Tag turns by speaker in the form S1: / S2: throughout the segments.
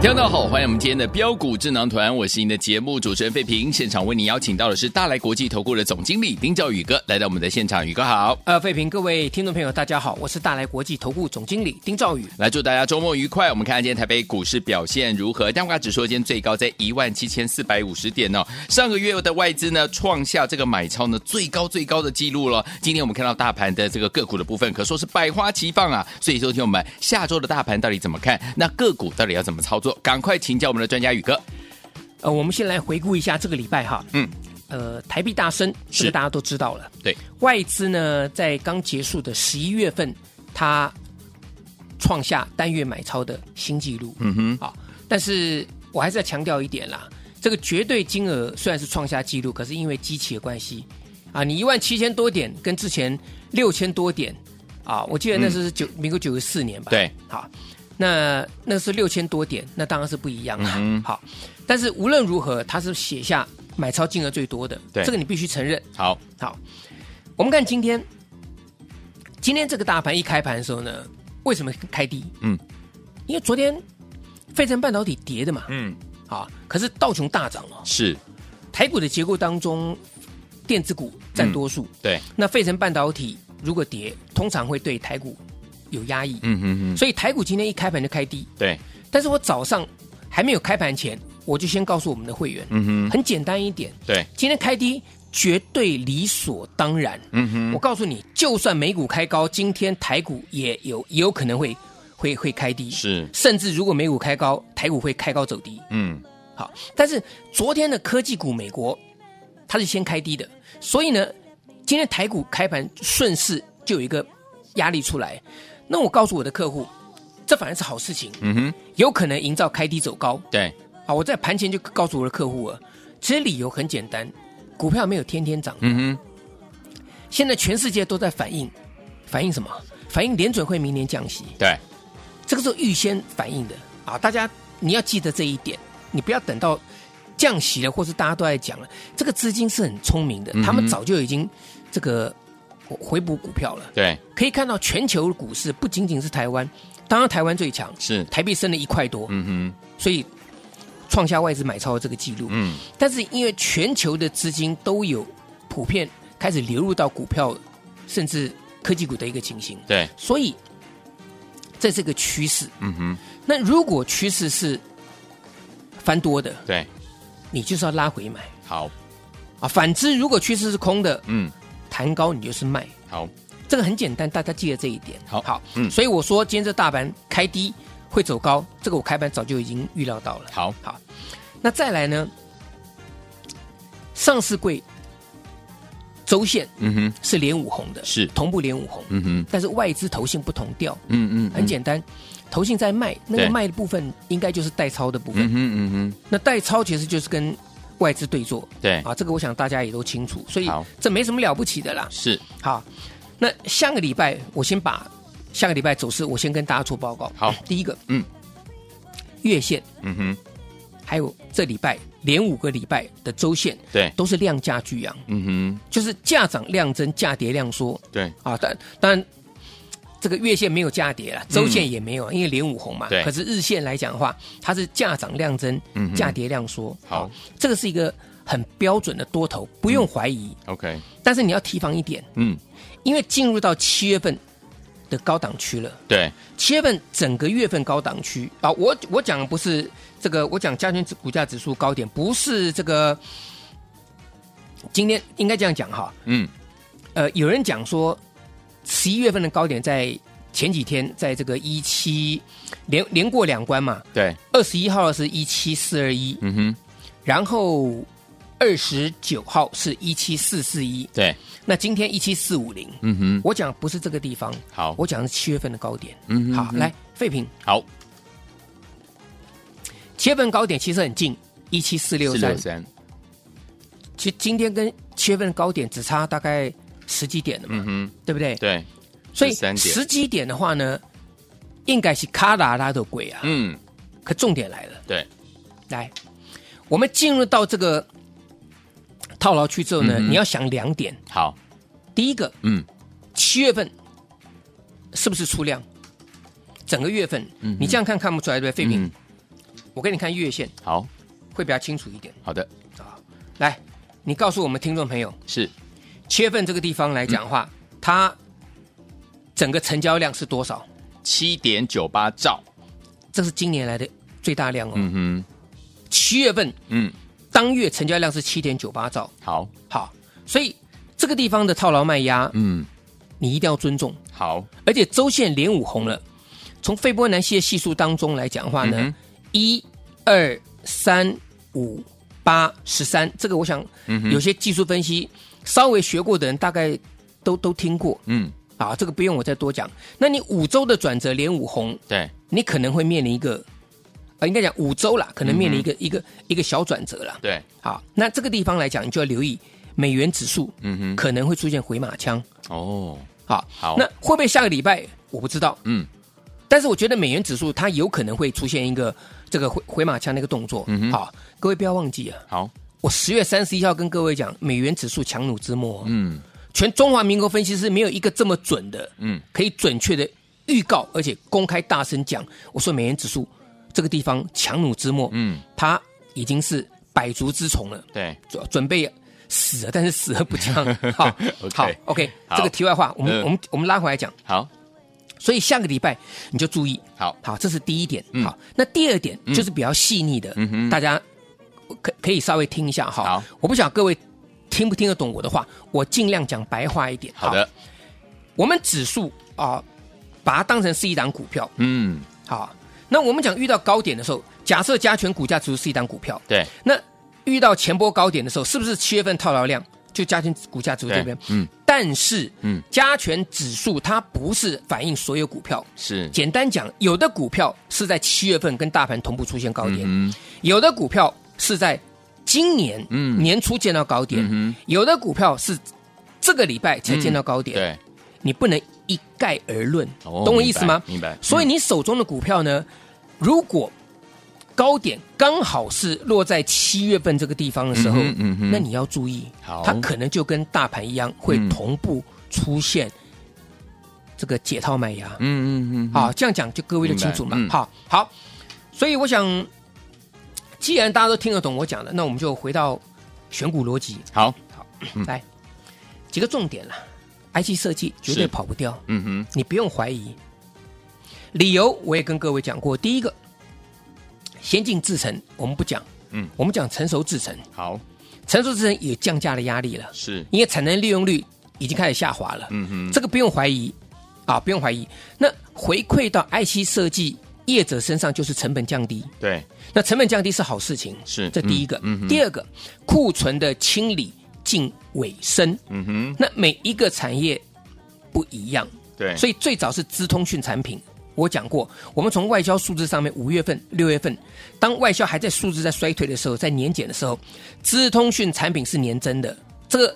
S1: 听众大家好，欢迎我们今天的标股智囊团，我是您的节目主持人费平。现场为您邀请到的是大来国际投顾的总经理丁兆宇哥来到我们的现场，宇哥好。
S2: 呃，费平，各位听众朋友，大家好，我是大来国际投顾总经理丁兆宇。
S1: 来祝大家周末愉快。我们看看今天台北股市表现如何？加权指数今天最高在一万七千四百五十点哦。上个月的外资呢创下这个买超呢最高最高的记录了。今天我们看到大盘的这个个股的部分，可说是百花齐放啊。所以说，听我们下周的大盘到底怎么看？那个股到底要怎么操作？赶快请教我们的专家宇哥。
S2: 呃，我们先来回顾一下这个礼拜哈，
S1: 嗯，
S2: 呃，台币大升，这
S1: 是
S2: 个大家都知道了。
S1: 对，
S2: 外资呢，在刚结束的十一月份，它创下单月买超的新纪录。
S1: 嗯哼，
S2: 啊，但是我还是要强调一点啦，这个绝对金额虽然是创下纪录，可是因为机器的关系啊，你一万七千多点跟之前六千多点啊，我记得那是九、民国九十四年吧？
S1: 对，
S2: 好，那那是六千多点，那当然是不一样了。
S1: 嗯
S2: 好，但是无论如何，它是写下买超金额最多的，
S1: 对
S2: 这个你必须承认。
S1: 好，
S2: 好，我们看今天，今天这个大盘一开盘的时候呢，为什么开低？
S1: 嗯，
S2: 因为昨天费城半导体跌的嘛，
S1: 嗯，
S2: 啊，可是道琼大涨哦。
S1: 是
S2: 台股的结构当中，电子股占
S1: 嗯
S2: 多数，
S1: 对，
S2: 那费城半导体如果跌，通常会对台股有压抑，
S1: 嗯哼哼，
S2: 所以台股今天一开盘就开低。
S1: 对，
S2: 但是我早上还没有开盘前，我就先告诉我们的会员，
S1: 嗯哼，
S2: 很简单一点，
S1: 对，
S2: 今天开低绝对理所当然。
S1: 嗯哼，
S2: 我告诉你，就算美股开高，今天台股也有也有可能会会会开低，
S1: 是，
S2: 甚至如果美股开高，台股会开高走低。
S1: 嗯，
S2: 好，但是昨天的科技股美国它是先开低的，所以呢，今天台股开盘顺势就有一个压力出来。那我告诉我的客户，这反而是好事情，
S1: 嗯哼，
S2: 有可能营造开低走高
S1: 对，
S2: 啊！我在盘前就告诉我的客户了，其实理由很简单，股票没有天天涨，
S1: 嗯哼，
S2: 现在全世界都在反映，反映什么？反映联准会明年降息，
S1: 对，
S2: 这个是预先反应的啊！大家你要记得这一点，你不要等到降息了，或是大家都在讲了，这个资金是很聪明的
S1: 嗯，哼
S2: 他们早就已经这个回补股票了。
S1: 对，
S2: 可以看到全球股市不仅仅是台湾，当然台湾最强，
S1: 是，
S2: 台币升了一块多，
S1: 嗯
S2: 所以创下外资买超的这个记录
S1: 哼，。嗯，
S2: 但是因为全球的资金都有普遍开始流入到股票，甚至科技股的一个情形，
S1: 对，
S2: 所以这是个趋势。
S1: 嗯哼，
S2: 那如果趋势是翻多的，
S1: 对，
S2: 你就是要拉回买
S1: 好，
S2: 啊；反之，如果趋势是空的，
S1: 嗯，
S2: 弹高你就是卖。
S1: 好，
S2: 这个很简单，大家记得这一点。
S1: 好
S2: 好，
S1: 嗯
S2: 所以我说今天这大盘开低会走高，这个我开盘早就已经预料到了。
S1: 好，
S2: 好，那再来呢？上市柜周线
S1: 嗯哼，
S2: 是连五红的，
S1: 是
S2: 同步连五红，
S1: 嗯哼，
S2: 但是外资投信不同调，
S1: 嗯嗯，
S2: 很，简单，投信在卖，那
S1: 对
S2: 个卖的部分应该就是代抄的部分
S1: 嗯。哼嗯
S2: 那代抄其实就是跟外资对坐
S1: 哼，对，
S2: 啊，这个我想大家也都清楚，所以
S1: 哎好
S2: 这没什么了不起的啦。
S1: 是，
S2: 好，那下个礼拜我先把下个礼拜走势我先跟大家做报告。
S1: 好
S2: 第一个，
S1: 嗯，
S2: 月线
S1: 嗯哼，
S2: 还有这礼拜连五个礼拜的周线
S1: 对，
S2: 都是量价巨扬，
S1: 嗯
S2: 就是价涨量增，价跌量缩
S1: 哼，对，
S2: 啊。但当然。这个月线没有价跌了，周线也没有，因为连五红嘛
S1: 嗯对。
S2: 可是日线来讲的话，它是价涨量增
S1: 嗯哼，
S2: 价跌量缩。
S1: 好
S2: 啊，这个是一个很标准的多头，不
S1: 嗯
S2: 用怀疑。
S1: ，OK，
S2: 但是你要提防一点，
S1: 嗯，
S2: 因为进入到七月份的高档区了。
S1: 对，
S2: 七月份整个月份高档区啊，我我讲的不是这个，我讲加权指股价指数高点，不是这个。今天应该这样讲哈，
S1: 嗯，
S2: 呃，有人讲说十一月份的高点在前几天，在这个一七连连过两关嘛，
S1: 对，
S2: 二十一号是一七四二一，
S1: 嗯哼，
S2: 然后二十九号是一七四四一，
S1: 对，
S2: 那今天一七四五零，
S1: 嗯哼，
S2: 我讲不是这个地方，
S1: 好，
S2: 我讲的是七月份的高点。
S1: 嗯哼
S2: 好，来废品，
S1: 好，
S2: 七月份高点其实很近，一七四六
S1: 四
S2: 三
S1: 六，三，
S2: 其实今天跟七月份的高点只差大概十几点了嘛，
S1: 嗯哼，
S2: 对不对？
S1: 对，
S2: 所以
S1: 13点
S2: 十几点的话呢，应该是卡达拉的鬼啊。
S1: 嗯，
S2: 可重点来了，
S1: 对，
S2: 来，我们进入到这个套牢区之后呢，
S1: 嗯哼
S2: 你要想两点，
S1: 好，
S2: 第一个，
S1: 嗯，
S2: 七月份是不是出量？整个月份，
S1: 嗯哼
S2: 你这样看看不出来对不对？废品，
S1: 嗯，
S2: 我给你看月线
S1: 好，
S2: 会比较清楚一点
S1: 好的，
S2: 啊。来，你告诉我们听众朋友，
S1: 是，
S2: 七月份这个地方来讲的话，
S1: 嗯
S2: 它整个成交量是多少？
S1: 七点九八兆，
S2: 这是今年来的最大量哦。
S1: 嗯哼，
S2: 七、月份
S1: 嗯，
S2: 当月成交量是七点九八兆，
S1: 好，
S2: 好，所以这个地方的套牢卖压，
S1: 嗯，
S2: 你一定要尊重。
S1: 好，
S2: 而且周线连五红了，从斐波那契的系数当中来讲的话
S1: 嗯
S2: 呢
S1: 哼，
S2: 一二三五八十三，这个我想
S1: 嗯哼
S2: 有些技术分析稍微学过的人大概都都听过
S1: 嗯，
S2: 啊，这个不用我再多讲。那你五周的转折连五红，
S1: 对，
S2: 你可能会面临一个。啊，应该讲五周啦，可能面临一
S1: 嗯
S2: 个、一个一个小转折啦。
S1: 对，
S2: 好，那这个地方来讲，你就要留意美元指数
S1: 嗯
S2: 可能会出现回马枪。
S1: 哼，哦，
S2: 好，
S1: 好
S2: 那会不会下个礼拜我不知道，
S1: 嗯，
S2: 但是我觉得美元指数它有可能会出现一个这个回回马枪的一个动作。
S1: 嗯哼
S2: 好，各位不要忘记啊，
S1: 好，
S2: 我十月三十一号跟各位讲，美元指数强弩之末，啊
S1: 嗯，
S2: 全中华民国分析师没有一个这么准的，
S1: 嗯，
S2: 可以准确的预告，而且公开大声讲，我说美元指数这个地方强弩之末，
S1: 嗯，
S2: 它已经是百足之虫了。
S1: 对，
S2: 准准备死了，但是死而 不僵。好
S1: OK
S2: 好，OK，
S1: 好
S2: 这个题外话，我们、
S1: 嗯
S2: 我们我们拉回来讲。
S1: 好，
S2: 所以下个礼拜你就注意，
S1: 好，
S2: 好，这是第一点。
S1: 嗯
S2: 好，那第二点
S1: 嗯
S2: 就是比较细腻的，
S1: 嗯哼
S2: 大家可可以稍微听一下哈。
S1: 好，
S2: 我不晓得各位听不听得懂我的话，我尽量讲白话一点。
S1: 好的，
S2: 我们指数啊、把它当成是一档股票。
S1: 嗯，
S2: 好，那我们讲遇到高点的时候，假设加权股价指数是一档股票，
S1: 对，
S2: 那遇到前波高点的时候，是不是七月份套牢量就加权股价指数这
S1: 对
S2: 边？，
S1: 嗯，
S2: 但是，
S1: 嗯
S2: 嗯，加权指数它不是反映所有股票。
S1: 是，
S2: 简单讲，有的股票是在七月份跟大盘同步出现高点，
S1: 嗯哼，
S2: 有的股票是在今年
S1: 嗯
S2: 年初见到高点，
S1: 嗯
S2: 有的股票是这个礼拜才见到高点。
S1: 对，
S2: 你不能一概而论，
S1: 哦
S2: 懂我意思吗？
S1: 明白明白
S2: 所以你手中的股票呢，如果高点刚好是落在七月份这个地方的时候，
S1: 嗯哼嗯哼
S2: 那你要注意
S1: 好，
S2: 它可能就跟大盘一样，会
S1: 嗯
S2: 同步出现这个解套卖压。
S1: 嗯嗯嗯，，
S2: 好，这样讲就各位就清楚嘛
S1: 明。白嗯
S2: 好，好，所以我想，既然大家都听得懂我讲的，那我们就回到选股逻辑，
S1: 好，嗯
S2: 来几个重点啦。IC 设计绝
S1: 是
S2: 对跑不掉，
S1: 嗯哼，
S2: 你不用怀疑。理由我也跟各位讲过，第一个，先进制程我们不讲，
S1: 嗯，
S2: 我们讲成熟制程，
S1: 好，
S2: 成熟制程有降价的压力了，
S1: 是，
S2: 因为产能利用率已经开始下滑了，
S1: 嗯哼，
S2: 这个不用怀疑啊，不用怀疑。那回馈到 IC 设计业者身上就是成本降低，
S1: 对，
S2: 那成本降低是好事情，
S1: 是
S2: 这第一个。
S1: 嗯嗯哼
S2: 第二个，库存的清理近尾声，
S1: 嗯哼，
S2: 那每一个产业不一样，
S1: 对，
S2: 所以最早是资通讯产品。我讲过，我们从外销数字上面，五月份、六月份，当外销还在数字在衰退的时候，在年检的时候，资通讯产品是年增的。这个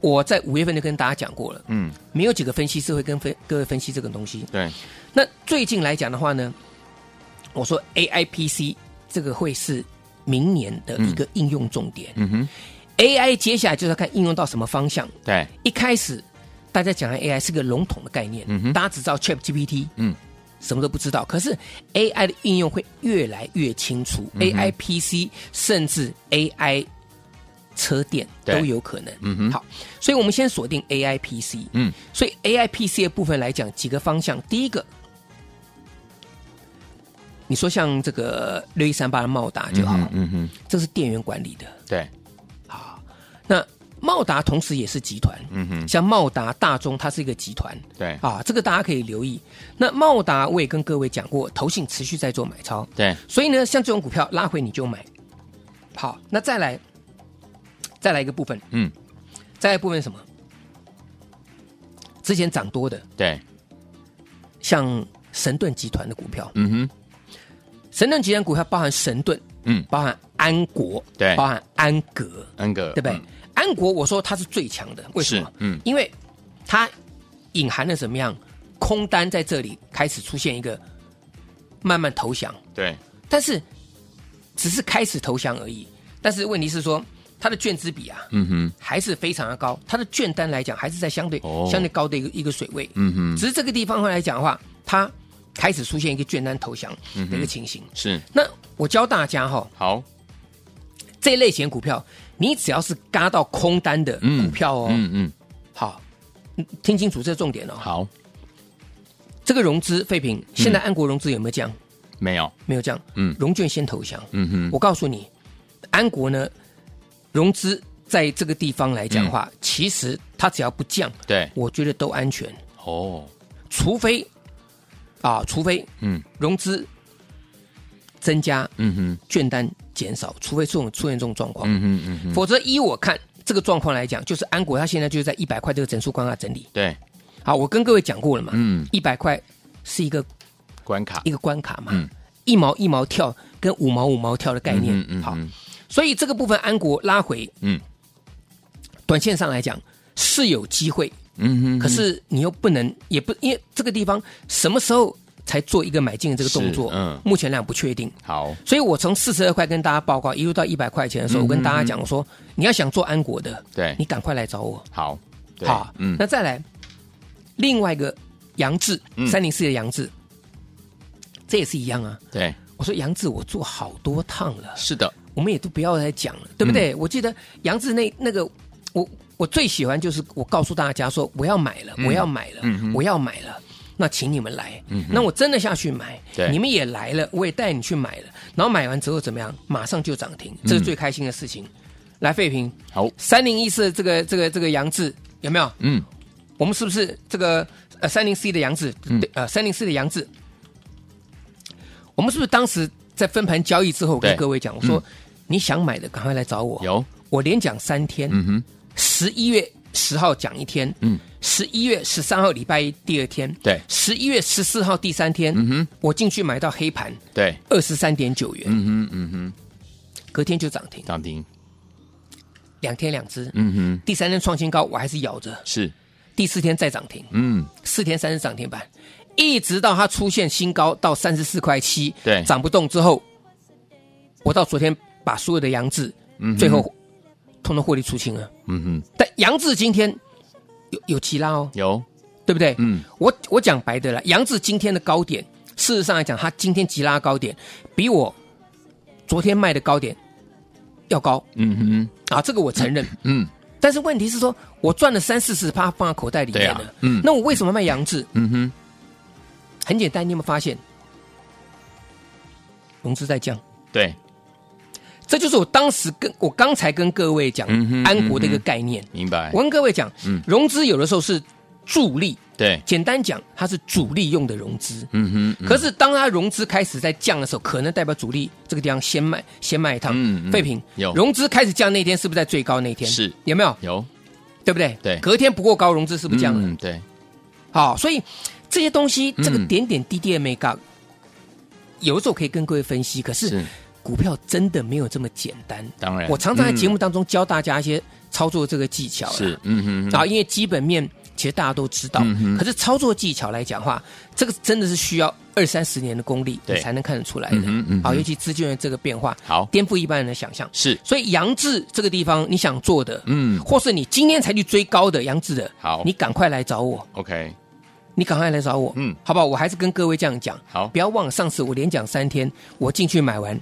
S2: 我在五月份就跟大家讲过了，
S1: 嗯，
S2: 没有几个分析师会跟分各位分析这个东西。
S1: 对，
S2: 那最近来讲的话呢，我说 AIPC 这个会是明年的一个应用重点。
S1: 嗯哼，
S2: AI 接下来就是要看应用到什么方向。
S1: 对，
S2: 一开始大家讲的 AI 是个笼统的概念，
S1: 嗯哼
S2: 大家只知道 Chat GPT，
S1: 嗯
S2: 嗯，什么都不知道。可是 AI 的应用会越来越清楚、a
S1: 嗯
S2: i PC 甚至 AI 车电
S1: 对
S2: 都有可能。
S1: 嗯哼
S2: 好，所以我们先锁定 AI PC。
S1: 嗯，
S2: 所以 AI PC 的部分来讲，几个方向，第一个。你说像这个六一三八的茂达就好，
S1: 嗯哼，
S2: 这是电源管理的。
S1: 对，
S2: 那茂达同时也是集团，
S1: 嗯哼，
S2: 像茂达、大中，它是一个集团
S1: 对，
S2: 啊，这个大家可以留意。那茂达我也跟各位讲过，投信持续在做买超，
S1: 对，
S2: 所以呢，像这种股票拉回你就买，好，那再来，再来一个部分，
S1: 嗯，
S2: 再来一部分是什么？之前涨多的，
S1: 对，
S2: 像神盾集团的股票，
S1: 嗯哼，
S2: 神盾集团股票包含神盾，
S1: 嗯，
S2: 包含安国，
S1: 对
S2: 包含安格，
S1: 安格，
S2: 对不对？
S1: 嗯？
S2: 安国我说它是最强的，为什
S1: 是
S2: 么？，
S1: 嗯，
S2: 因为它隐含了怎么样？空单在这里开始出现一个慢慢投降，
S1: 对，
S2: 但是只是开始投降而已。但是问题是说，它的券资比啊，
S1: 嗯哼，
S2: 还是非常的高，它的券单来讲还是在相对、
S1: 哦
S2: 相对高的一个一个水位。
S1: 嗯哼，
S2: 只是这个地方来讲的话，它开始出现一个券单投降的一个情形。
S1: 是
S2: 那我教大家哈、
S1: 好，
S2: 这类型股票，你只要是嘎到空单的股票哦，
S1: 嗯嗯，
S2: 好，嗯听清楚这重点哦。
S1: 好，
S2: 这个融资废品，现在安国融资有没有降？
S1: 没有，
S2: 没有降，
S1: 嗯
S2: 融券先投降。
S1: 嗯哼，
S2: 我告诉你，安国呢，融资在这个地方来讲的话，
S1: 嗯
S2: 其实它只要不降，
S1: 对，
S2: 我觉得都安全，
S1: 哦，
S2: 除非啊，除非
S1: 嗯
S2: 融资增加，
S1: 嗯哼，
S2: 券单减少，除非这种出现这种状况，
S1: 嗯哼嗯哼，
S2: 否则依我看。这个状况来讲，就是安国它现在就是在一百块这个整数关卡整理。
S1: 对，
S2: 好，我跟各位讲过了嘛，
S1: 嗯，
S2: 一百块是一个
S1: 关卡，
S2: 一个关卡嘛，
S1: 嗯
S2: 一毛一毛跳跟五毛五毛跳的概念。
S1: 嗯嗯，
S2: 好，
S1: 嗯
S2: 所以这个部分安国拉回，
S1: 嗯
S2: 短线上来讲是有机会，
S1: 嗯哼，
S2: 可是你又不能也不因为这个地方什么时候才做一个买进的这个动作，
S1: 是嗯
S2: 目前来讲不确定。
S1: 好，
S2: 所以我从四十二块跟大家报告，一路到一百块
S1: 嗯
S2: 钱的时候，我跟大家讲我说，你要想做安国的，
S1: 对
S2: 你，赶快来找我。
S1: 好，嗯对
S2: 好，
S1: 嗯
S2: 那再来另外一个杨志
S1: 嗯
S2: 三零四的杨志，这也是一样啊。
S1: 对，
S2: 我说杨志，我做好多趟了，
S1: 是的，
S2: 我们也都不要再讲了，对不
S1: 嗯
S2: 对？我记得杨志那那个，我我最喜欢就是我告诉大家说我要买了，我要买了，
S1: 嗯哼嗯
S2: 我要买了。那请你们来，那我真的下去买
S1: 对，
S2: 你们也来了，我也带你去买了，然后买完之后怎么样？马上就涨停，
S1: 嗯
S2: 这是最开心的事情。来，费平，
S1: 好，
S2: 三零一四的这个这个这个杨志有没有？
S1: 嗯，
S2: 我们是不是这个呃三零 C 的杨志，
S1: 嗯
S2: 对呃三零 C 的杨志，我们是不是当时在分盘交易之后，我跟
S1: 对嗯
S2: 各位讲，我说、你想买的赶快来找我，
S1: 有，
S2: 我连讲三天，
S1: 嗯哼，
S2: 十一、月十号讲一天，
S1: 嗯，
S2: 十一月十三号礼拜一第二天，
S1: 对
S2: 十一月十四号第三天，嗯
S1: 哼，
S2: 我进去买到黑盘
S1: 对，
S2: 二十三点九元，
S1: 嗯哼嗯哼，
S2: 隔天就涨停，
S1: 涨停，
S2: 两天两只，
S1: 嗯哼，
S2: 第三天创新高我还是咬着，
S1: 是，
S2: 第四天再涨停，
S1: 嗯，
S2: 四天三日涨停板，一直到它出现新高到三十四块七，
S1: 对
S2: 涨不动之后，我到昨天把所有的杨志，最后通通获利出清了。
S1: 嗯哼，
S2: 但杨志今天有有急拉哦，
S1: 有，
S2: 对不对？
S1: 嗯，
S2: 我我讲白的了，杨志今天的高点，事实上来讲，它今天急拉的高点比我昨天卖的高点要高
S1: 嗯哼，
S2: 啊，这个我 承认。
S1: 嗯，
S2: 但是问题是说，我赚了三四十趴放在口袋里
S1: 对
S2: 面
S1: 啊
S2: 了，，
S1: 嗯，
S2: 那我为什么卖杨志？
S1: 嗯哼，
S2: 很简单，你有没有发现融资在降？
S1: 对，
S2: 这就是我当时跟我刚才跟各位讲、
S1: 嗯哼
S2: 安国的一个概念。
S1: 明白
S2: 我，跟各位讲，
S1: 嗯
S2: 融资有的时候是助力，
S1: 对，
S2: 简单讲，它是主力用的融资。
S1: 嗯哼，
S2: 可
S1: 是，
S2: 是当它融资开始在降的时候，可能代表主力这个地方先卖先卖一趟。
S1: 嗯嗯
S2: 废品
S1: 有
S2: 融资开始降那天是不是在最高那天？
S1: 是
S2: 有没有？
S1: 有，
S2: 对不对？
S1: 对
S2: 隔天不过高，融资是不是降了？
S1: 嗯，对，
S2: 好，所以这些东西，
S1: 嗯
S2: 这个点点滴滴的 make up，、有的时候可以跟各位分析，可是
S1: 是，哎
S2: 股票真的没有这么简单。
S1: 当然，
S2: 我常常在节
S1: 目
S2: 目当中教大家一些操作这个技巧啦
S1: 是，嗯哼，
S2: 啊，因为基本面其实大家都知道，
S1: 嗯哼
S2: 可是操作技巧来讲话，这个真的是需要二三十年的功力，
S1: 对
S2: 你才能看得出来的。
S1: 嗯哼嗯哼
S2: 好，尤其资金的这个变化，
S1: 好，
S2: 颠覆一般人的想象。
S1: 是，
S2: 所以杨志这个地方你想做的，
S1: 嗯
S2: 或是你今天才去追高的杨志的，
S1: 好
S2: 你赶快来找我。
S1: ，OK，
S2: 你赶快来找我，
S1: 嗯
S2: 嗯，好不好？我还是跟各位这样讲，
S1: 好
S2: 不要忘了上次我连讲三天，我进去买完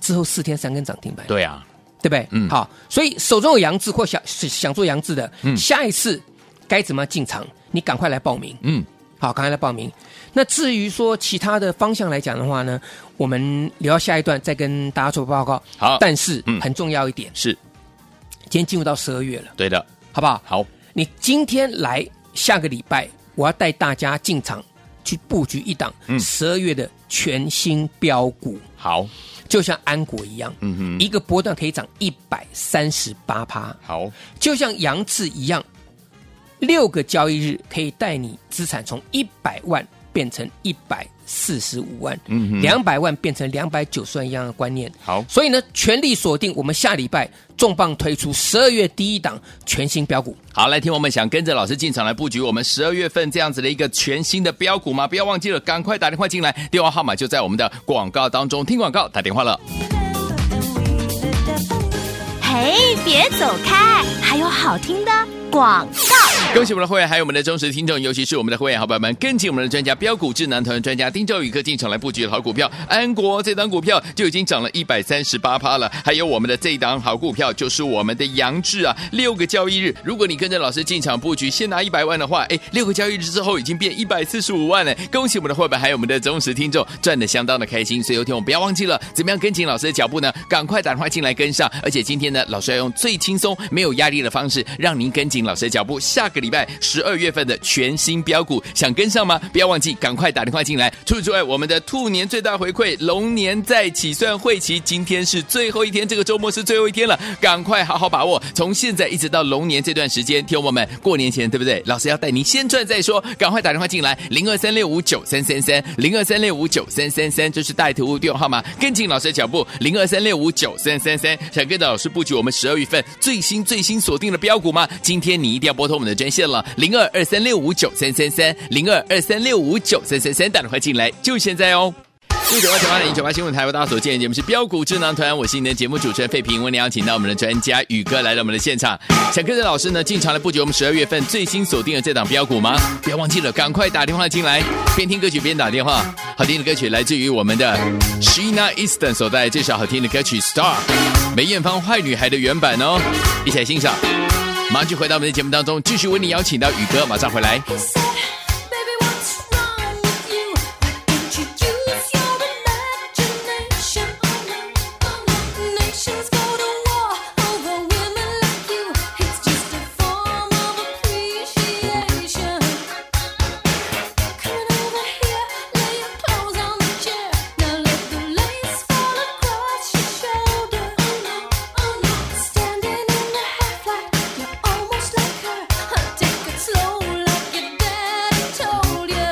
S2: 之后四天三根涨停板，
S1: 对啊，
S2: 对不对？
S1: 嗯
S2: 好，所以手中有杨志或想是想做杨志的，
S1: 嗯
S2: 下一次该怎么样进场，你赶快来报名，
S1: 嗯，
S2: 好，赶快来报名。那至于说其他的方向来讲的话呢，我们留到下一段再跟大家做报告。
S1: 好
S2: 但是
S1: 嗯
S2: 很重要一点，
S1: 是
S2: 今天进入到十二月了，
S1: 对的，
S2: 好不好？
S1: 好，
S2: 你今天来，下个礼拜我要带大家进场去布局一档
S1: 嗯
S2: 十二月的全新标股，
S1: 好，
S2: 就像安国一样，
S1: 嗯哼
S2: 一个波段可以涨一百三十八趴，
S1: 好，
S2: 就像杨志一样，六个交易日可以带你资产从一百万变成一百四十五万，
S1: 嗯哼
S2: 两百万变成两百九十万一样的观念。
S1: 好
S2: 所以呢，全力锁定我们下礼拜重磅推出十二月第一档全新标股。
S1: 好，来听我们想跟着老师进场来布局我们十二月份这样子的一个全新的标股吗？不要忘记了，赶快打电话进来，电话号码就在我们的广告当中，听广告打电话了。
S3: 嘿，别走开，还有好听的广告。
S1: 恭喜我们的会员，还有我们的忠实听众，尤其是我们的会员好朋友们，跟紧我们的专家标股智囊团专家丁兆宇哥进场来布局好股票。安国这档股票就已经涨了一百三十八趴了，还有我们的这一档好股票就是我们的杨志啊，六个交易日，如果你跟着老师进场布局，先拿一百万的话，哎，六个交易日之后已经变一百四十五万了。恭喜我们的会员，还有我们的忠实听众，赚的相当的开心。所以有天我们不要忘记了，怎么样跟紧老师的脚步呢？赶快打电话进来跟上，而且今天呢，老师要用最轻松、没有压力的方式，让您跟紧老师的脚步。下个礼拜十二月份的全新标股，想跟上吗？不要忘记赶快打电话进来。除此之外，我们的兔年最大回馈，龙年再起算会期，今天是最后一天，这个周末是最后一天了，赶快好好把握。从现在一直到龙年这段时间，听我们过年前对不对？老师要带您先赚再说，赶快打电话进来，零二三六五九三三三，零二三六五九三三三，这是带图物电话号码，跟紧老师的脚步，零二三六五九三三三。想跟着老师布局我们十二月份最新最新锁定的标股吗？今天你一定要拨通我们的专线了，零二二三六五九三三三，零二二三六五九三三三，打电话进来就现在哦。六九八九八零九八新闻台为大家所见，节目是标股智囊团，我是你的节目主持人费平。为你邀请到我们的专家宇哥来到我们的现场，想跟着老师呢进场来布局我们十二月份最新锁定的这档标股吗？不要忘记了，赶快打电话进来，边听歌曲边打电话。好听的歌曲来自于我们的 Sheena Easton 所带来这首好听的歌曲《Star》，梅艳芳《坏女孩》的原版哦，一起来欣赏。马上就回到我们的节目当中，继续为你邀请到宇哥，马上回来。
S4: He said, "Baby, what's wrong with you? Can't you use your imagination? Nations go to war over women like you. It's just a form of appreciation. Come over here, lay your clothes on the chair. Now let the lace fall across your shoulder. Oh, Standing in the half-light, you're almost like her. Take it slow, like your daddy told you.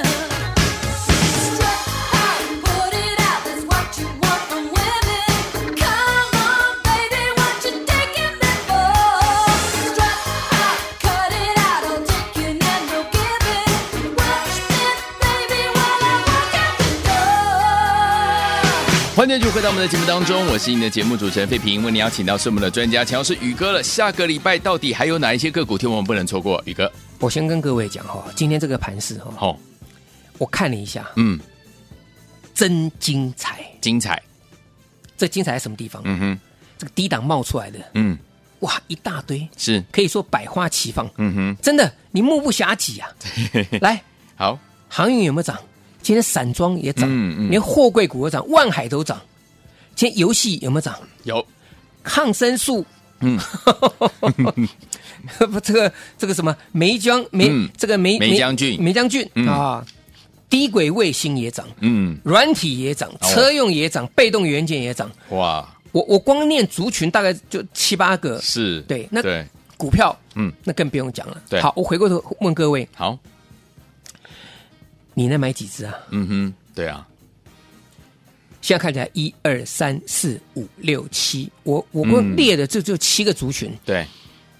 S4: Strut out, put it out. That's what you want from women. Come on, baby, what you taking me for? Strut out, cut it out. I'll take you and no giving. Watch me, baby, while I walk out the door.
S1: 欢迎继续回到我们的节目当中，我是你的节目主持人费平，为你邀请到是我们的专家强势宇哥了。下个礼拜到底还有哪一些个股，听我们不能错过？宇哥，
S2: 我先跟各位讲哈，今天这个盘势哈，
S1: 好、
S2: 我看了一下，
S1: 嗯，
S2: 真精彩。
S1: 精彩，
S2: 这精彩在什么地方？
S1: 嗯哼，
S2: 这个低档冒出来的，
S1: 嗯，
S2: 哇，一大堆，
S1: 是，
S2: 可以说百花齐放，
S1: 嗯哼，
S2: 真的你目不暇给啊！来，
S1: 好，
S2: 航运有没有涨？今天散装也涨，
S1: 嗯嗯
S2: 连货柜股都涨，万海都涨。今天游戏有没有涨？
S1: 有，
S2: 抗生素，
S1: 嗯，
S2: 不，这个这个什么梅江梅，
S1: 嗯
S2: 这个梅
S1: 梅将军
S2: 梅将军、
S1: 嗯
S2: 啊，低轨卫星也涨，
S1: 嗯，
S2: 软体也涨，
S1: 哦
S2: 车用也涨，被动元件也涨。
S1: 哇，
S2: 我我光念族群大概就七八个，
S1: 是，
S2: 对那
S1: 对，
S2: 股票，
S1: 嗯
S2: 嗯，那更不用讲了。
S1: 对
S2: 好，我回过头问各位，
S1: 好，
S2: 你能买几只啊？
S1: 嗯哼，对啊，
S2: 现在看起来一二三四五六七，我我光
S1: 嗯
S2: 列的就就七个族群
S1: 对，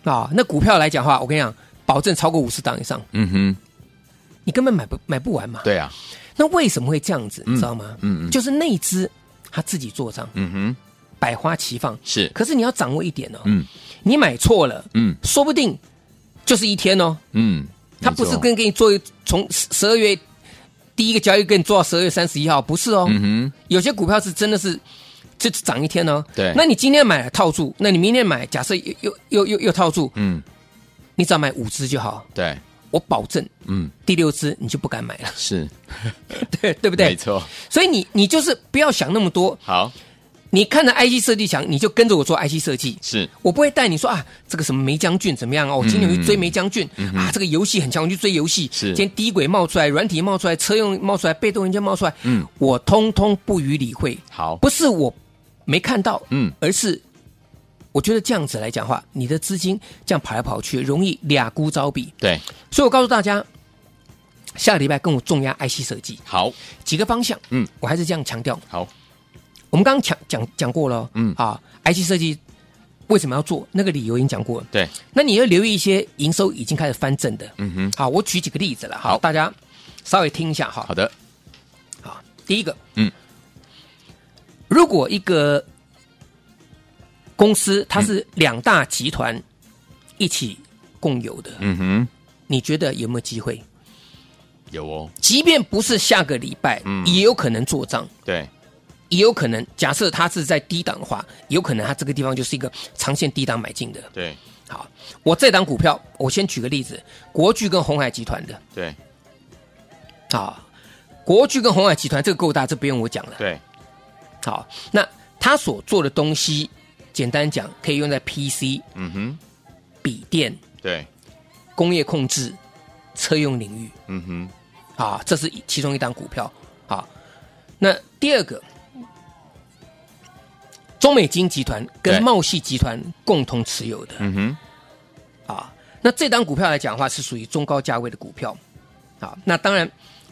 S2: 啊。那股票来讲的话，我跟你讲，保证超过五十档以上，
S1: 嗯哼，
S2: 你根本买不买不完嘛。
S1: 对啊，
S2: 那为什么会这样子？
S1: 嗯
S2: 你知道吗？
S1: 嗯嗯
S2: 就是那只他自己做账，
S1: 嗯哼，
S2: 百花齐放。
S1: 是，
S2: 可是你要掌握一点哦，
S1: 嗯
S2: 你买错了，
S1: 嗯
S2: 说不定就是一天哦。
S1: 嗯，
S2: 他不是
S1: 没错，
S2: 跟给你做一从十二月第一个交易跟你做到十二月三十一号，不是哦。
S1: 嗯哼，
S2: 有些股票是真的是就涨一天哦。
S1: 对
S2: 那你今天买套住，那你明天买，假设又又又又又套住，
S1: 嗯，
S2: 你只要买五只就好，
S1: 对，
S2: 我保证
S1: 嗯，
S2: 第六只你就不敢买了，
S1: 是，
S2: 对对
S1: 没
S2: 不对？
S1: 错，
S2: 所以你你就是不要想那么多，
S1: 好，
S2: 你看着 IC 设计强，你就跟着我做 IC 设计。
S1: 是，
S2: 我不会带你说啊，这个什么梅将军怎么样哦？
S1: 嗯
S2: 我今天我去追梅将军、啊，这个游戏很强，我去追游戏。
S1: 是
S2: 今天低轨冒出来，软体冒出来，车用冒出来，被动元件冒出来，
S1: 嗯
S2: 我通通不予理会。
S1: 好
S2: 不是我没看到，
S1: 嗯
S2: 嗯，而是我觉得这样子来讲话，你的资金这样跑来跑去，容易俩孤招比。
S1: 对，
S2: 所以我告诉大家，下个礼拜跟我重压 IC 设计
S1: 好，
S2: 几个方向，
S1: 嗯
S2: 嗯，我还是这样强调。
S1: 好，
S2: 我们刚刚讲讲讲过了哦，
S1: 嗯
S2: 嗯啊，IC 设计为什么要做？那个理由已经讲过了。
S1: 对，
S2: 那你要留意一些营收已经开始翻正的。
S1: 嗯哼，
S2: 好，我举几个例子了哈，
S1: 好
S2: 大家稍微听一下哈
S1: 好。的，
S2: 好，第一个，
S1: 嗯，
S2: 如果一个公司它是两大集团一起共有的，
S1: 嗯哼，
S2: 你觉得有没有机会？
S1: 有哦，
S2: 即便不是下个礼拜，
S1: 嗯
S2: 也有可能做账，
S1: 对，
S2: 也有可能假设它是在低档的话，有可能它这个地方就是一个长线低档买进的。
S1: 对，
S2: 好，我这档股票，我先举个例子，国巨跟红海集团的
S1: 对，
S2: 啊，国巨跟红海集团这个够大，这不用我讲了。
S1: 对，
S2: 好，那他所做的东西，简单讲，可以用在 PC、
S1: 嗯哼，
S2: 笔电、
S1: 对，
S2: 工业控制、车用领域
S1: 嗯哼，
S2: 啊，这是其中一档股票啊。那第二个，中美金集团
S1: 对
S2: 跟茂系集团共同持有的
S1: 嗯哼，
S2: 啊。那这档股票来讲的话，是属于中高价位的股票啊。那当然，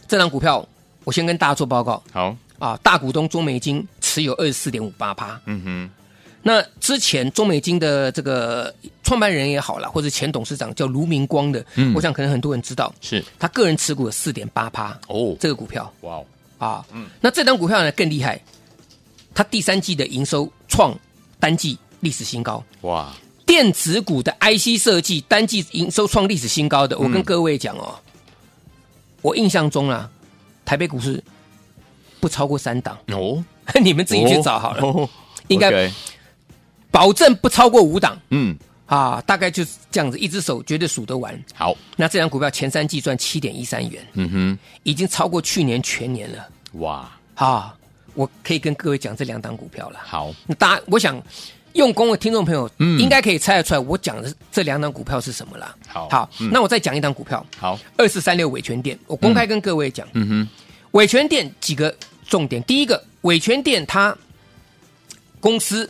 S2: 这档股票我先跟大家做报告
S1: 好，
S2: 啊，大股东中美金持有二十四点五八趴。
S1: 嗯哼，
S2: 那之前中美金的这个创办人也好啦，或者前董事长叫卢明光的，
S1: 嗯
S2: 我想可能很多人知道，
S1: 是，
S2: 他个人持股有四点八趴
S1: 哦，
S2: 这个股票
S1: 哇哦，
S2: 啊，那这张股票呢更厉害，它第三季的营收创单季历史新高，
S1: 哇，
S2: 电子股的 IC 设计单季营收创历史新高的，我跟各位讲哦，我印象中啊，台北股市不超过三档，
S1: 哦，
S2: 你们自己去找好了，
S1: 了，
S2: 应该
S1: 哦 OK，
S2: 保证不超过五档。
S1: 嗯，
S2: 啊，大概就是这样子，一只手绝对数得完。
S1: 好，
S2: 那这张股票前三季赚七点一三元，
S1: 嗯
S2: 已经超过去年全年了。
S1: 哼，哇，
S2: 啊，我可以跟各位讲这两档股票了。
S1: 好，
S2: 那大家，我想用功的听众朋友，
S1: 嗯
S2: 应该可以猜得出来，我讲的这两档股票是什么啦。
S1: 好
S2: 好，
S1: 嗯
S2: 那我再讲一档股票，
S1: 好，
S2: 二四三六伟权店，我公开跟各位讲，
S1: 嗯哼，
S2: 伟权店几个重点，第一个，伟权店它公司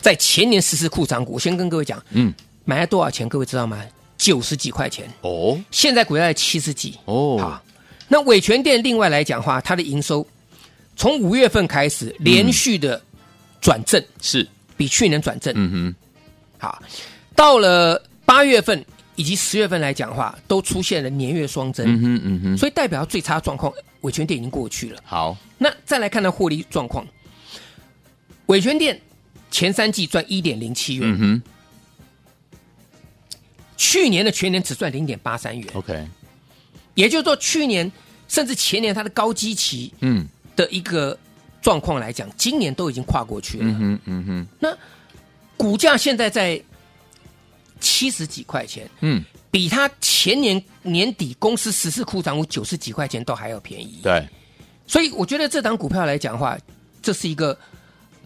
S2: 在前年实施库藏股，我先跟各位讲，
S1: 嗯，
S2: 买了多少钱？各位知道吗？九十几块钱，
S1: 哦，
S2: 现在股价在七十几。
S1: 哦
S2: 好，那伟全店另外来讲的话，它的营收从五月份开始连续的转正，
S1: 是，
S2: 比去年转正。
S1: 嗯
S2: 好，到了八月份以及十月份来讲的话，都出现了年月双
S1: 哼，嗯
S2: 增，
S1: 哼，嗯哼，
S2: 所以代表最差状况，伟全店已经过去了。
S1: 好，
S2: 那再来看它获利状况，伟全店前三季赚一点零七元，
S1: 嗯哼
S2: 去年的全年只赚零点八三元。
S1: ，OK，
S2: 也就是说，去年甚至前年它的高基期
S1: 嗯，
S2: 的一个状况来讲，今年都已经跨过去了。
S1: 嗯哼，嗯哼，
S2: 股价现在在七十几块钱，
S1: 嗯，
S2: 比它前年年底公司十四库涨股九十几块钱都还要便宜。
S1: 对，
S2: 所以我觉得这档股票来讲的话，这是一个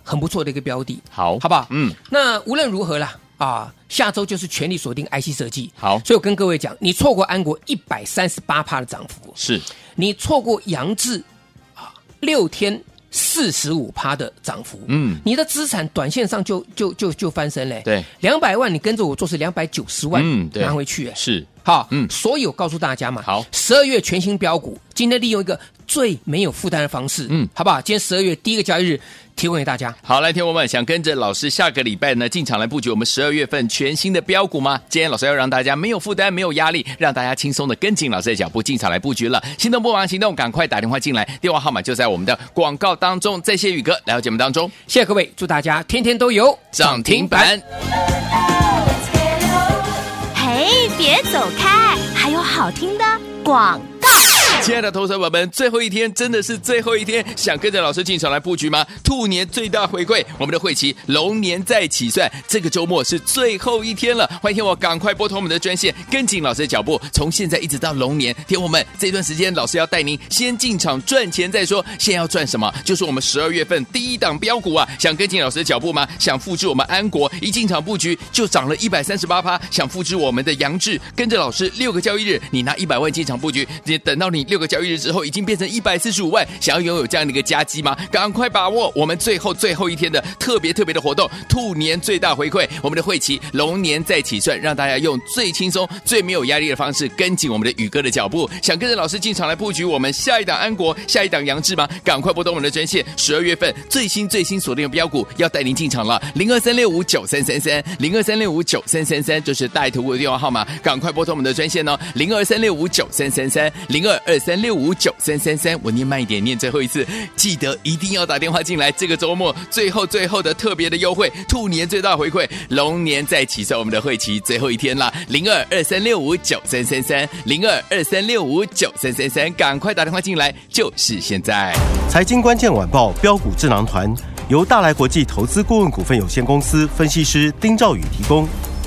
S2: 很不错的一个标的。
S1: 好，
S2: 好不好
S1: 嗯，
S2: 那无论如何啦，啊，下周就是全力锁定 IC 设计。
S1: 好
S2: 所以我跟各位讲，你错过安国一百三十八趴的涨幅，
S1: 是，
S2: 你错过杨志啊六天四十五趴的涨幅，
S1: 嗯
S2: 你的资产短线上就就就就翻身嘞，
S1: 对，
S2: 两百万你跟着我做是两百九十万，
S1: 嗯对
S2: 拿回去、哎
S1: 是，
S2: 好，
S1: 嗯
S2: 嗯，所以我告诉大家嘛，
S1: 好
S2: 十二月全新标股，今天利用一个最没有负担的方式，
S1: 嗯
S2: 嗯，好不好？今天十二月第一个交易日，提供给大家。
S1: 好，来，听我们想跟着老师下个礼拜呢进场来布局我们十二月份全新的标股吗？今天老师要让大家没有负担、没有压力，让大家轻松的跟紧老师的脚步进场来布局了。心动不忙行动，赶快打电话进来，电话号码就在我们的广告当中。再谢宇哥来到节目当中，
S2: 谢谢各位，祝大家天天都有
S1: 涨停板。
S3: 嘿，别走开，还有好听的广。
S1: 亲爱的投资者们，最后一天真的是最后一天，想跟着老师进场来布局吗？兔年最大回馈，我们的会期龙年再起算，这个周末是最后一天了，欢迎听我赶快拨通我们的专线，跟紧老师的脚步，从现在一直到龙年，听我们这段时间，老师要带您先进场赚钱再说，先要赚什么？就是我们十二月份第一档标股啊，想跟紧老师的脚步吗？想复制我们安国一进场布局就涨了一百三十八趴，想复制我们的杨志，跟着老师六个交易日，你拿一百万进场布局，也等到你六。六个交易日之后，已经变成一百四十五万。想要拥有这样的一个佳绩吗？赶快把握我们最后最后一天的特别特别的活动，兔年最大回馈，我们的会期龙年再起算，让大家用最轻松、最没有压力的方式跟紧我们的宇哥的脚步。想跟着老师进场来布局我们下一档安国、下一档杨志吗？赶快拨动我们的专线，十二月份最新最新锁定的标股要带您进场了，零二三六五九三三三，零二三六五九三三三，这是带图的电话号码，赶快拨通我们的专线哦，零二三六五九三三三，零二二三六五九三三三，我念慢一点，念最后一次，记得一定要打电话进来，这个周末最后最后的特别的优惠，兔年最大回馈，龙年再起算我们的会期最后一天啦，零二二三六五九三三三，零二二三六五九三三三，赶快打电话进来，就是现在。
S5: 财经关键晚报标股智囊团由大来国际投资顾问股份有限公司分析师丁兆宇提供。